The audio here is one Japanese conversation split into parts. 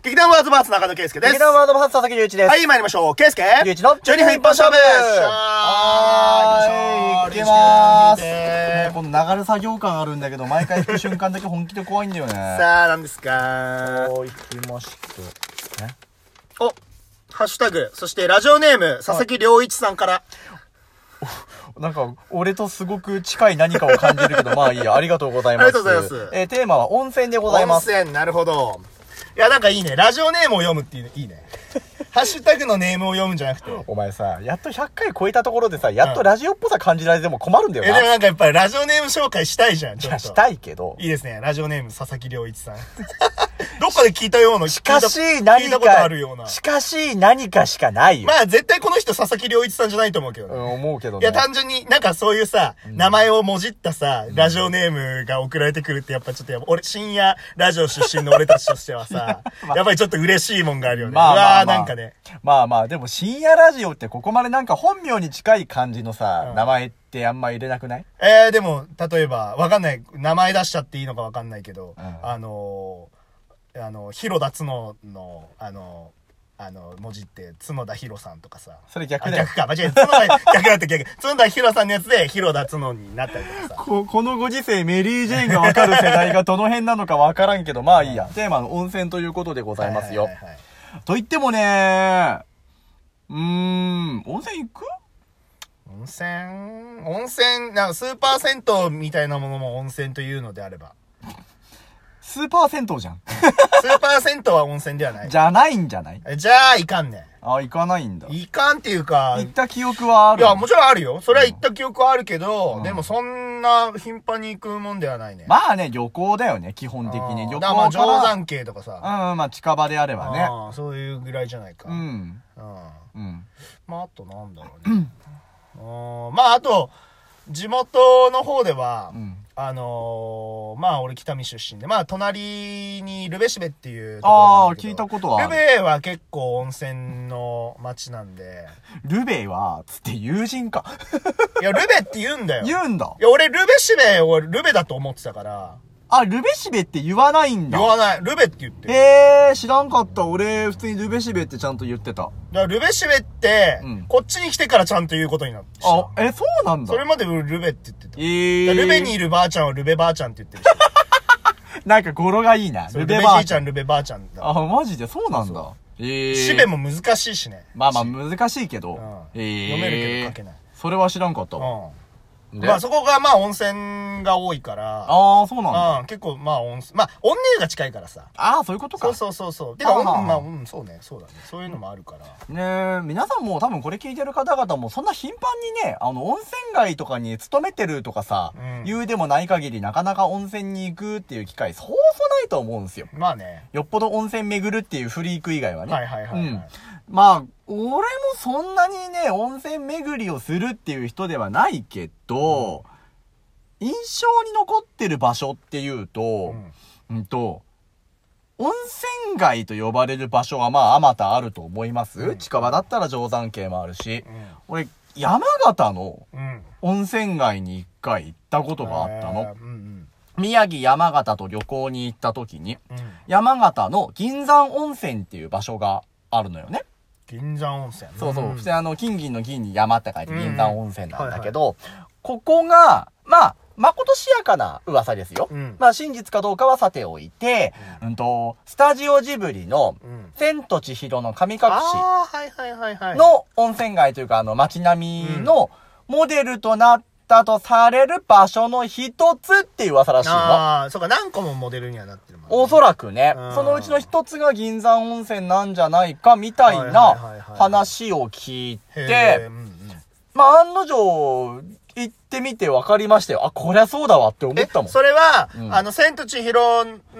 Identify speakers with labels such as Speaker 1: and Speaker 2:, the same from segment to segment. Speaker 1: 劇団ワーズバーツ中野圭介です。
Speaker 2: 劇団ワードバーツ佐々木隆一です。
Speaker 1: はい、参りましょう。圭介
Speaker 2: 隆一の
Speaker 1: 12分一本勝負
Speaker 2: よっしゃーい、いきまーす。もうこの流れ作業感あるんだけど、毎回弾く瞬間だけ本気で怖いんだよね。
Speaker 1: さあ、何ですか
Speaker 2: おー、行きまして。
Speaker 1: お、ハッシュタグ、そしてラジオネーム、佐々木良一さんから。
Speaker 2: なんか、俺とすごく近い何かを感じるけど、まあいいや、ありがとうございます。
Speaker 1: ありがとうございます
Speaker 2: えーテーマは温泉でございます。
Speaker 1: 温泉、なるほど。いや、なんかいいね。ラジオネームを読むっていうのい いね。ハッシュタグのネームを読むんじゃなくて。
Speaker 2: お前さ、やっと100回超えたところでさ、やっとラジオっぽさ感じられても困るんだよ
Speaker 1: え、でも
Speaker 2: な。い
Speaker 1: なんかやっぱりラジオネーム紹介したいじゃん、ちょっ
Speaker 2: や、
Speaker 1: と。
Speaker 2: したいけど。
Speaker 1: いいですね。ラジオネーム、佐々木良一さん。 どっかで聞いたような、し
Speaker 2: しかしい何
Speaker 1: 聞い
Speaker 2: か
Speaker 1: たことあるような。
Speaker 2: しかしい何かしかないよ。
Speaker 1: まあ、絶対この人、佐々木良一さんじゃないと思うけどね。
Speaker 2: うん、思うけど
Speaker 1: い
Speaker 2: ね。
Speaker 1: や、単純に、なんかそういうさ、名前をもじったさ、ラジオネームが送られてくるって、やっぱちょっとやっぱ、俺、深夜ラジオ出身の俺たちとしては さ、やっぱりちょっと嬉しいもんがあるよね。
Speaker 2: まあまあ、
Speaker 1: うわ
Speaker 2: ま
Speaker 1: ー
Speaker 2: あ、
Speaker 1: なんかね。。
Speaker 2: まあまあ、でも深夜ラジオってここまでなんか本名に近い感じのさ、
Speaker 1: うん
Speaker 2: 名前ってあんま入れなくない
Speaker 1: えー、でも、例えば、わかんない、名前出しちゃっていいのかわかんないけど、
Speaker 2: うん
Speaker 1: あのー、あの、広田角の、あのー、あの、文字って、角田広さんとかさ。
Speaker 2: それ逆
Speaker 1: あ
Speaker 2: だよ
Speaker 1: 逆。か、間違えた。角田、逆だった逆。角田広さんのやつで、広田角になったりとかさ。
Speaker 2: ここのご時世メリー・ジェーンがわかる世代がどの辺なのかわからんけど、まあいいや。テーマの温泉ということでございますよ
Speaker 1: は。はいはいはい
Speaker 2: と言ってもね、うーん、温泉行く
Speaker 1: 温泉温泉なんかスーパー銭湯みたいなものも温泉というのであれば
Speaker 2: スーパー銭湯じゃん。
Speaker 1: スーパー銭湯は温泉ではない
Speaker 2: じゃないんじゃない
Speaker 1: えじゃあいかんね
Speaker 2: あ、行かないんだ。
Speaker 1: いかんっていうか
Speaker 2: 行った記憶はあ
Speaker 1: い
Speaker 2: る。
Speaker 1: やもちろんあるよそれは行った記憶はあるけど、
Speaker 2: うん
Speaker 1: でもそんな頻繁に行くもんではないね
Speaker 2: まあね、旅行だよね、基本
Speaker 1: あ
Speaker 2: 的に。
Speaker 1: ー
Speaker 2: 旅行
Speaker 1: だからまあ
Speaker 2: から。
Speaker 1: 定山系とかさ、
Speaker 2: うんうん、まあ近場であればね。
Speaker 1: あーそういうぐらいじゃないか
Speaker 2: う、ん。
Speaker 1: うん
Speaker 2: うん。
Speaker 1: まああとなんだろうね、 うん、まああと地元の方では、
Speaker 2: うん。
Speaker 1: あのー、まあ俺北見出身で、まあ隣にルベシベっていうところ
Speaker 2: あ
Speaker 1: な
Speaker 2: あ、
Speaker 1: んだけ
Speaker 2: 聞い
Speaker 1: ど
Speaker 2: たことはあ
Speaker 1: ル
Speaker 2: る。
Speaker 1: ベは結構温泉の街なん で、
Speaker 2: ルベは、つって友人か。
Speaker 1: いや、ルベって言うんだよ。い
Speaker 2: 言うんだ。
Speaker 1: や、俺ルベシベをルベだと思ってたから、
Speaker 2: あ、ルベシベって言わないん
Speaker 1: 言わ
Speaker 2: だ。
Speaker 1: ない。ルベって言ってる。だか
Speaker 2: えー、知らんかった。俺、普通にルベシベってちゃんと言ってた。
Speaker 1: らルベシベって、
Speaker 2: うん
Speaker 1: こっちに来てからちゃんと言うことになって
Speaker 2: あ、え、そうなんだ
Speaker 1: そ。れまで俺ルベって言ってた。
Speaker 2: え
Speaker 1: だ
Speaker 2: ー。
Speaker 1: からルベにいるばあちゃんはルベばあちゃんって言ってるし
Speaker 2: なんか語呂がいいな。
Speaker 1: そうル
Speaker 2: ル
Speaker 1: ベ
Speaker 2: ベ
Speaker 1: じ
Speaker 2: バ
Speaker 1: い
Speaker 2: ー
Speaker 1: ちゃん、ルベばあちゃんだ。
Speaker 2: あ、マジでそうなんだ。えー。
Speaker 1: シベも難しいしね。
Speaker 2: まあまあ難しいけど。
Speaker 1: うん
Speaker 2: えー。
Speaker 1: 読めるけど書けない。
Speaker 2: それは知らんかった。
Speaker 1: うん。
Speaker 2: で
Speaker 1: まあそこがまあ温泉が多いから、
Speaker 2: あー、そうなんだ。
Speaker 1: うん、結構まあ温泉、まあ温寧が近いからさ。
Speaker 2: あー、そういうことか。
Speaker 1: そうそうそうそう。てか、
Speaker 2: あ
Speaker 1: う
Speaker 2: ー
Speaker 1: ん、まあ、うん、そうね、そうだね。そういうのもあるから。
Speaker 2: ねえ、皆さんも多分これ聞いてる方々もそんな頻繁にね、あの、温泉街とかに勤めてるとかさ、
Speaker 1: うん
Speaker 2: 言うでもない限りなかなか温泉に行くっていう機会、そうそうないと思うんですよ。
Speaker 1: まあね。
Speaker 2: よっぽど温泉巡るっていうフリーク以外はね。
Speaker 1: はいはいはい、はい
Speaker 2: うんまあ、俺もそんなにね、温泉巡りをするっていう人ではないけど、印象に残ってる場所っていうと、
Speaker 1: うん
Speaker 2: うんと、温泉街と呼ばれる場所はまあ、あまたあると思います、
Speaker 1: うん
Speaker 2: 近場だったら定山系もあるし、俺、山形の
Speaker 1: うん。うん。
Speaker 2: 温泉街に一回行ったことがあった
Speaker 1: え
Speaker 2: の。
Speaker 1: ーうん
Speaker 2: 宮城山形と旅行に行った時に、
Speaker 1: うん。うん。
Speaker 2: 山形の銀山温泉っていう場所があるのよね。
Speaker 1: 銀山温泉。
Speaker 2: そうそう。
Speaker 1: ん
Speaker 2: 普通あの、金銀の銀に山って書いて銀山温泉なんだけど、ここが、まあ、まことしやかな噂ですよ。
Speaker 1: うん
Speaker 2: まあ、真実かどうかはさておいて、うんと、スタジオジブリの、
Speaker 1: うん。
Speaker 2: 千と千尋の神隠し
Speaker 1: ああ、はいはいはいはい。、
Speaker 2: の温泉街というか、あの、街並みのモデルとなったとされる場所の一つっていう噂らしいの。
Speaker 1: ああ、そうか、何個もモデルにはなってるもん、ね。
Speaker 2: おそらくね
Speaker 1: うん、
Speaker 2: そのうちの一つが銀山温泉なんじゃないかみたい
Speaker 1: はいはいはい
Speaker 2: な
Speaker 1: はい
Speaker 2: 話を聞い
Speaker 1: へー
Speaker 2: て
Speaker 1: う、んうん、
Speaker 2: まあ案の定、行ってみて分かりましたよ。あ、こりゃそうだわって思
Speaker 1: え
Speaker 2: ったもん。
Speaker 1: それは、
Speaker 2: うん
Speaker 1: あの、千と千尋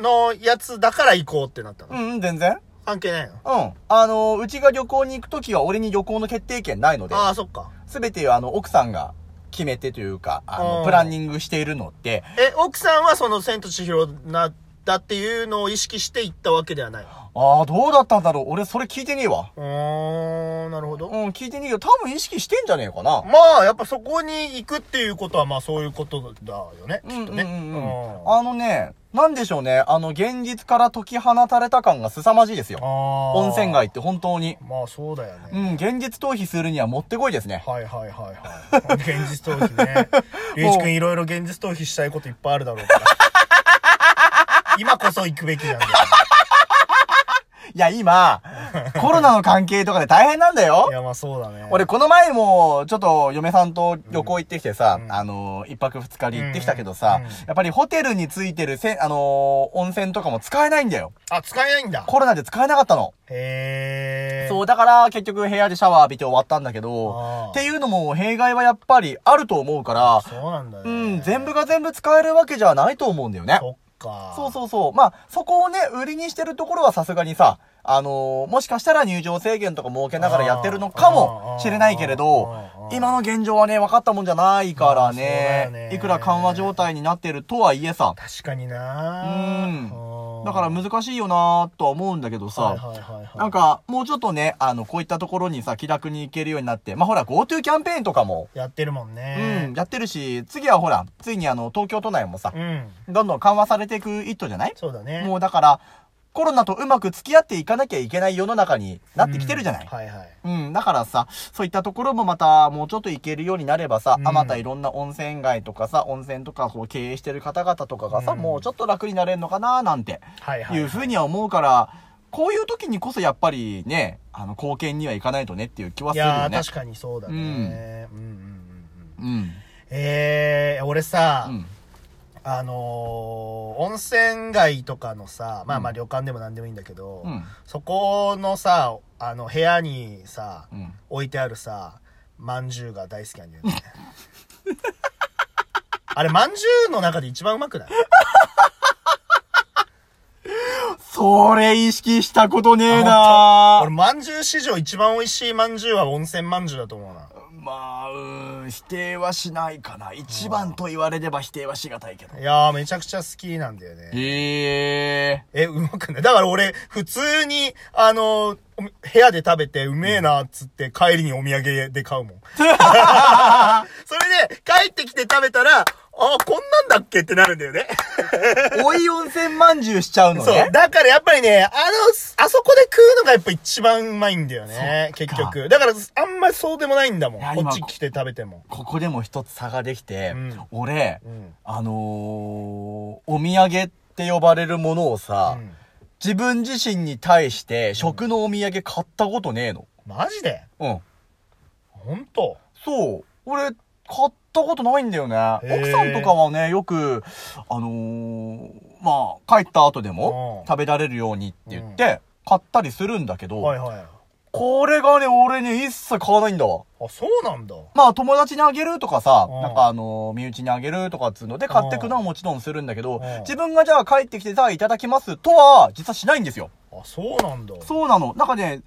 Speaker 1: のやつだから行こうってなったの、
Speaker 2: うん、うん全然。
Speaker 1: 関係ないの
Speaker 2: うん。あの、うちが旅行に行くときは俺に旅行の決定権ないので、
Speaker 1: ああ、そっか。
Speaker 2: すべてあの、奥さんが決めてというか、あ
Speaker 1: うん
Speaker 2: の、プランニングしているので、
Speaker 1: え、奥さんはその千と千尋な、ったっていうのを意識して行ったわけではない。
Speaker 2: ああ、どうだったんだろう。俺、それ聞いてねえわ。
Speaker 1: うーん、なるほど
Speaker 2: う。ん、聞いてねえけど、多分意識してんじゃねえかな。
Speaker 1: まあ、やっぱそこに行くっていうことは、まあそういうことだよね、きっとね。
Speaker 2: うんうんう
Speaker 1: うん
Speaker 2: んあのね、なんでしょうね。あの、現実から解き放たれた感が凄まじいですよ。
Speaker 1: あー
Speaker 2: 温泉。街って本当に。
Speaker 1: まあそうだよね。
Speaker 2: うん、現実逃避するにはもってこいですね。
Speaker 1: はいはいはい はい。現実逃避ね。ゆういちくんいろいろ現実逃避したいこといっぱいあるだろう から。今こそ行くべきなんだよ。
Speaker 2: いや、今、コロナの関係とかで大変なんだよ
Speaker 1: い。やまあそうだね。
Speaker 2: 俺、この前も、ちょっと、嫁さんと旅行行ってきてさ、
Speaker 1: うん
Speaker 2: あのー、一泊二日で行ってきたけどさ、
Speaker 1: うんうん
Speaker 2: やっぱりホテルについてるせ、あのー温泉とかも使えないんだよ。
Speaker 1: あ、使えないんだ。
Speaker 2: コロナで使えなかったの。
Speaker 1: へえ。
Speaker 2: そうう、だから、結局部屋でシャワー浴びて終わったんだけ
Speaker 1: あ
Speaker 2: ど
Speaker 1: ー、
Speaker 2: っていうのも、弊害はやっぱりあると思うから、
Speaker 1: そうなんだよ、
Speaker 2: う
Speaker 1: ね。
Speaker 2: ん、全部が全部使えるわけじゃないと思うんだよね。
Speaker 1: そっか。
Speaker 2: そうそうそう。まあ、そこをね、売りにしてるところはさすがにさ、あのーもしかしたら入場制限とか設けながらやってるのかもしれないけれど
Speaker 1: あーあ、ー
Speaker 2: 今の現状はね、分かったもんじゃないから
Speaker 1: まあそうだよ
Speaker 2: ね、
Speaker 1: ね
Speaker 2: いくら緩和状態になってるとはいえさ、
Speaker 1: 確かにな
Speaker 2: うん
Speaker 1: あー
Speaker 2: だから難しいよなーとは思うんだけど
Speaker 1: はい
Speaker 2: さ、
Speaker 1: はいはいはい
Speaker 2: なん、か、もうちょっとね、あの、こういったところにさ、気楽に行けるようになって、まあ、ほら、GoTo キャンペーンとかも、
Speaker 1: やってるもん
Speaker 2: うん、
Speaker 1: ね。
Speaker 2: やってるし、次はほら、ついにあの、東京都内もさ
Speaker 1: う、ん。
Speaker 2: どんどん緩和されていく一途じゃない
Speaker 1: そうだね。
Speaker 2: もうだから、コロナとうまく付き合っていかなきゃいけない世の中になってきてるじゃない、
Speaker 1: うんはいはい。
Speaker 2: うん、だからさ、そういったところもまた、もうちょっと行けるようになればさ、
Speaker 1: うん
Speaker 2: あまたいろんな温泉街とかさ、温泉とかこう経営してる方々とかがさ、
Speaker 1: うん
Speaker 2: もうちょっと楽になれるのかななんて、
Speaker 1: はいはい。
Speaker 2: いうふうには思うから、こういう時にこそやっぱりね、あの、貢献にはいかないとねっていう気はいするよね。
Speaker 1: やー確かにそうだね。うんうんうんうん。
Speaker 2: うん。
Speaker 1: えー、俺さ、
Speaker 2: うん。
Speaker 1: あのー温泉街とかのさ、まあまあ
Speaker 2: うん
Speaker 1: 旅館でも何でもいいんだけど、
Speaker 2: うん。
Speaker 1: そこのさ、あの部屋にさ、
Speaker 2: うん。
Speaker 1: 置いてあるさ、まんじゅうが大好きなんだよね。 あれ、まんじゅうの中で一番うまくない
Speaker 2: それ意識したことねえなー
Speaker 1: 俺、まんじゅう史上一番美味しいまんじゅうは温泉まんじゅうだと思うな。
Speaker 2: まあ、うーん、否定はしないかな。一番と言われれば否定はしがたいけど。
Speaker 1: いやー、めちゃくちゃ好きなんだよね。
Speaker 2: へ え。
Speaker 1: え、うまくないだから俺、普通に、あのーお部屋で食べてうめえなっつって帰りにお土産で買うもん。それで、帰ってきて食べたら、あ、こんなんだっけってなるんだよね。
Speaker 2: おい温泉まんじゅうしちゃうの
Speaker 1: そう
Speaker 2: ね。。
Speaker 1: だからやっぱりね、あの、すあそこで食うのがやっぱ一番うまいんだよね。
Speaker 2: そっ
Speaker 1: 結
Speaker 2: か
Speaker 1: 局。だから、あんまりそうでもないんだも
Speaker 2: いや
Speaker 1: ん。こ
Speaker 2: 今
Speaker 1: っち来て食べても。
Speaker 2: ここでも一つ差ができて、
Speaker 1: うん
Speaker 2: 俺、
Speaker 1: うん。
Speaker 2: あのー、お土産って呼ばれるものをさ、
Speaker 1: うん
Speaker 2: 自分自身に対して食のお土産買ったことねえの。
Speaker 1: マジで
Speaker 2: うん。
Speaker 1: ほんと
Speaker 2: そう。俺、買ったことないんだよね。
Speaker 1: へえ
Speaker 2: 奥さんとかはね、よく、あのーまあ、帰った後でも
Speaker 1: うん
Speaker 2: 食べられるようにって言って、買ったりするんだけど、
Speaker 1: はいはい。あ、
Speaker 2: これがね、俺ね、一切買わないんだわ。
Speaker 1: そうなんだ。
Speaker 2: まあ、友達にあげるとかさ、
Speaker 1: うん
Speaker 2: なんかあのー身内にあげるとかっつうので買ってくのはもちろんするんだけど
Speaker 1: うん、
Speaker 2: 自分がじゃあ帰ってきてさ、いただきますとは、実はしないんですよ。
Speaker 1: あ、そうなんだ。
Speaker 2: そうなの。なんかね、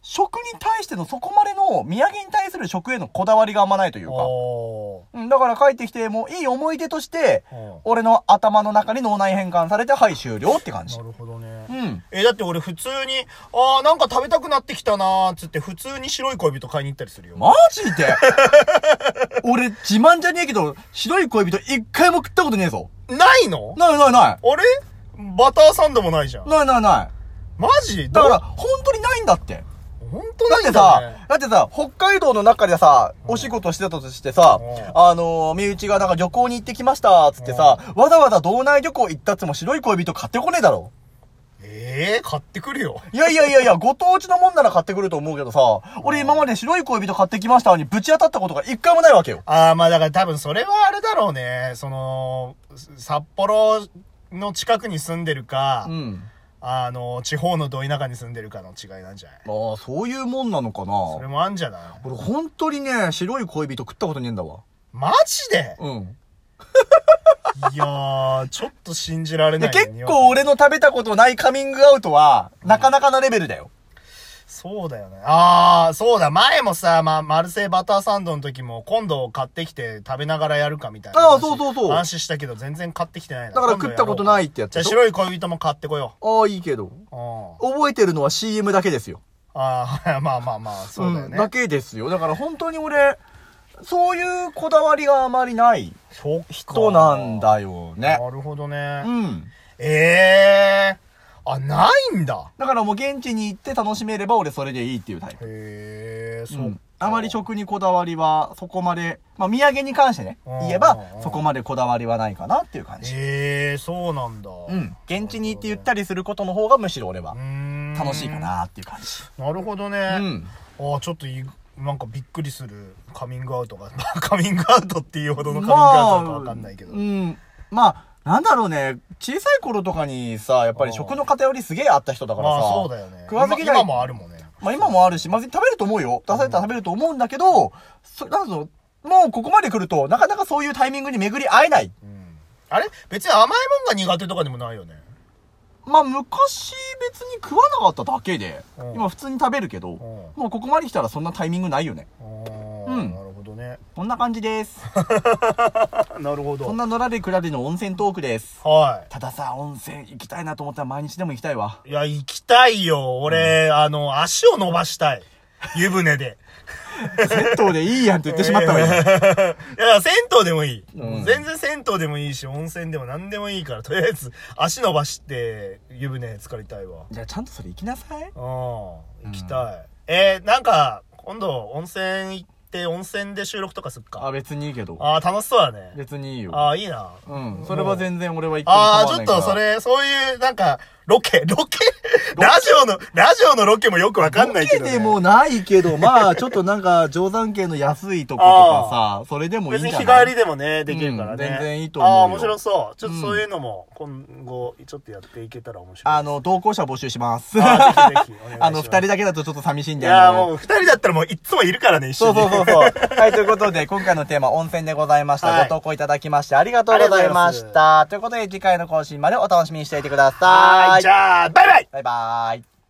Speaker 2: 食に対してのそこまでの、土産に対する食へのこだわりがあんまないというか。
Speaker 1: お
Speaker 2: うん、だから帰ってきて、もういい思い出として、
Speaker 1: ーうん
Speaker 2: 俺の頭の中に脳内変換されて、はい、終了って感じ
Speaker 1: な。るほどね
Speaker 2: う。ん。
Speaker 1: え、だって俺普通に、あーなんか食べたくなってきたなーっつって普通に白い恋人買いに行ったりするよ。
Speaker 2: マジで 俺、自慢じゃねえけど、白い恋人一回も食ったことねえぞ。
Speaker 1: ないの
Speaker 2: ないないな
Speaker 1: あれバターサンドもないじゃん
Speaker 2: い。。ないないない。
Speaker 1: マジ
Speaker 2: だ
Speaker 1: だ
Speaker 2: から、本当にないんだって。
Speaker 1: ほんとな
Speaker 2: だっ
Speaker 1: いんだ
Speaker 2: て
Speaker 1: ね
Speaker 2: さ、だってさ、北海道の中でさ、お仕事してたとしてさ
Speaker 1: うん、
Speaker 2: あのー、身内がなんか旅行に行ってきました、つってさ、わざわざ道内旅行行ったっつっても白い恋人買ってこねえだろ。
Speaker 1: ええ買ってくるよ。
Speaker 2: いやいやいやいや、ご当地のもんなら買ってくると思うけどさ、俺今まで白い恋人買ってきましたのにぶち当たったことが一回もないわけよ。
Speaker 1: ああ、まあだから多分それはあれだろうね。その、す札幌の近くに住んでるか、
Speaker 2: ん。
Speaker 1: あの、地方のど田舎に住んでるかの違いなんじゃない
Speaker 2: ああ、そういうもんなのか
Speaker 1: それ
Speaker 2: な。
Speaker 1: もあんじゃない
Speaker 2: 俺本当にね、白い恋人食ったことねえんだわ。
Speaker 1: マジで
Speaker 2: うん。
Speaker 1: いやー、ちょっと信じられな
Speaker 2: で、
Speaker 1: い、
Speaker 2: 結構、俺の食べたことないカミングアウトは、なかなかなレベルだよ。
Speaker 1: そうだよね。ああ、そうだ。前もさ、まあ、マルセイバターサンドの時も、今度買ってきて食べながらやるかみたいな話。
Speaker 2: あーそうそうそう
Speaker 1: 話したけど、全然買ってきてないな。。
Speaker 2: だから食ったことないいってやつ
Speaker 1: じゃ
Speaker 2: で
Speaker 1: あ、
Speaker 2: しょ
Speaker 1: 白い恋人も買ってこよ
Speaker 2: ああ、いいけど。
Speaker 1: う。うん。
Speaker 2: 覚えてるのは CM だけですよ。
Speaker 1: ああ、まあまあまあ、そうだよね。
Speaker 2: んだけですよ。だから本当に俺、そういうこだわりがあまりない
Speaker 1: そう
Speaker 2: 人なん。だよね。
Speaker 1: なるほどね。
Speaker 2: うん。
Speaker 1: ええー。あ、ないんだ。
Speaker 2: だからもう現地に行って楽しめれば俺それでいいっていうタイプ。
Speaker 1: へえ、そうう、
Speaker 2: ん、あまり食にこだわりはそこまで、まあ土産に関してね、
Speaker 1: うん
Speaker 2: 言えばそこまでこだわりはないかなっていう感じ。
Speaker 1: ええー、そうなんだ。う
Speaker 2: うん。現地に行ってゆったりすることの方がむしろ俺は
Speaker 1: ーん。
Speaker 2: 楽しいか。なっていう感じ。
Speaker 1: なるほどね。
Speaker 2: うん。
Speaker 1: ああ、ちょっといなんかびっくりするカミングアウトが、ま あカミングアウトっていうほどのカミングアウトなのかわかんないけど。
Speaker 2: まあうん。まあ、なんだろうね、小さい頃とかにさ、やっぱり食の偏りすげえあった人だからさ。
Speaker 1: まあそうだよね。
Speaker 2: 食わず嫌い
Speaker 1: 今今もあるもんね。
Speaker 2: まあ今もあるし、まず食べると思うよ。出されたら食べると思うんだけど、そなんだろうもうここまで来ると、なかなかそういうタイミングに巡り会えない。
Speaker 1: うん。あれ別に甘いもんが苦手とかでもないよね。
Speaker 2: まあ昔別に食わなかっただけで、
Speaker 1: うん
Speaker 2: 今普通に食べるけど、
Speaker 1: ん
Speaker 2: もうここまで来たらそんなタイミングないよね。
Speaker 1: あー
Speaker 2: うん
Speaker 1: なるほどね。
Speaker 2: こんな感じです。
Speaker 1: なるほ
Speaker 2: そん
Speaker 1: ど。
Speaker 2: なのられくられの温泉トークです。
Speaker 1: は
Speaker 2: たださ、温泉行きたいなと思ったら毎日でも行きたいわ。
Speaker 1: い。いや、行きたいよ。俺、あの、足を伸ばしたい。湯船で。
Speaker 2: 銭湯でいいやんって言ってしまった わ、今。
Speaker 1: いや、銭湯でもいい、
Speaker 2: うん
Speaker 1: 全然銭湯でもいいし、温泉でも何でもいいから、とりあえず、足伸ばして、湯船浸かりたいわ。
Speaker 2: じゃあちゃんとそれ行きなさい。
Speaker 1: うん、行きたい。えー、なんか、今度、温泉行って、温泉で収録とかすっ
Speaker 2: あ、
Speaker 1: か。
Speaker 2: 別にいいけど。
Speaker 1: あー、楽しそうだね。
Speaker 2: 別にいいよ。
Speaker 1: あー、いいな。
Speaker 2: うん。それは全然俺は行く
Speaker 1: ああ、ちょっとそれ、そういう、なんか、ロケ、ロケ ラジオの、ラジオのロケもよくわかんないけど、ね。
Speaker 2: ロケでもない けど、まあ、ちょっとなんか、定山系の安いとことかさ、それでもいい
Speaker 1: 別
Speaker 2: んじ
Speaker 1: に
Speaker 2: ゃな
Speaker 1: 日
Speaker 2: い
Speaker 1: 帰りでもね、できるからね。
Speaker 2: うん全然いいと思うよ
Speaker 1: ああ、面白そう。ちょっとそういうのも、今後、ちょっとやっていけたら面白い。
Speaker 2: あ、の、同行者募集します。
Speaker 1: あ ー
Speaker 2: あ
Speaker 1: ぜひぜひお願いします
Speaker 2: の、二人だけだとちょっと寂しいん
Speaker 1: い
Speaker 2: で。
Speaker 1: や
Speaker 2: あ
Speaker 1: ー
Speaker 2: の
Speaker 1: もう二人だったらもういっつもいるからね、一緒
Speaker 2: そう
Speaker 1: に。
Speaker 2: そうそう そう。はい、ということで、今回のテーマ、温泉でございました。
Speaker 1: はい
Speaker 2: ご投稿いただきまして、ありがとうございました。ということで、次回の更新までお楽しみにしていてください。
Speaker 1: はーい、じゃあ、バイバイ
Speaker 2: バイバーイ。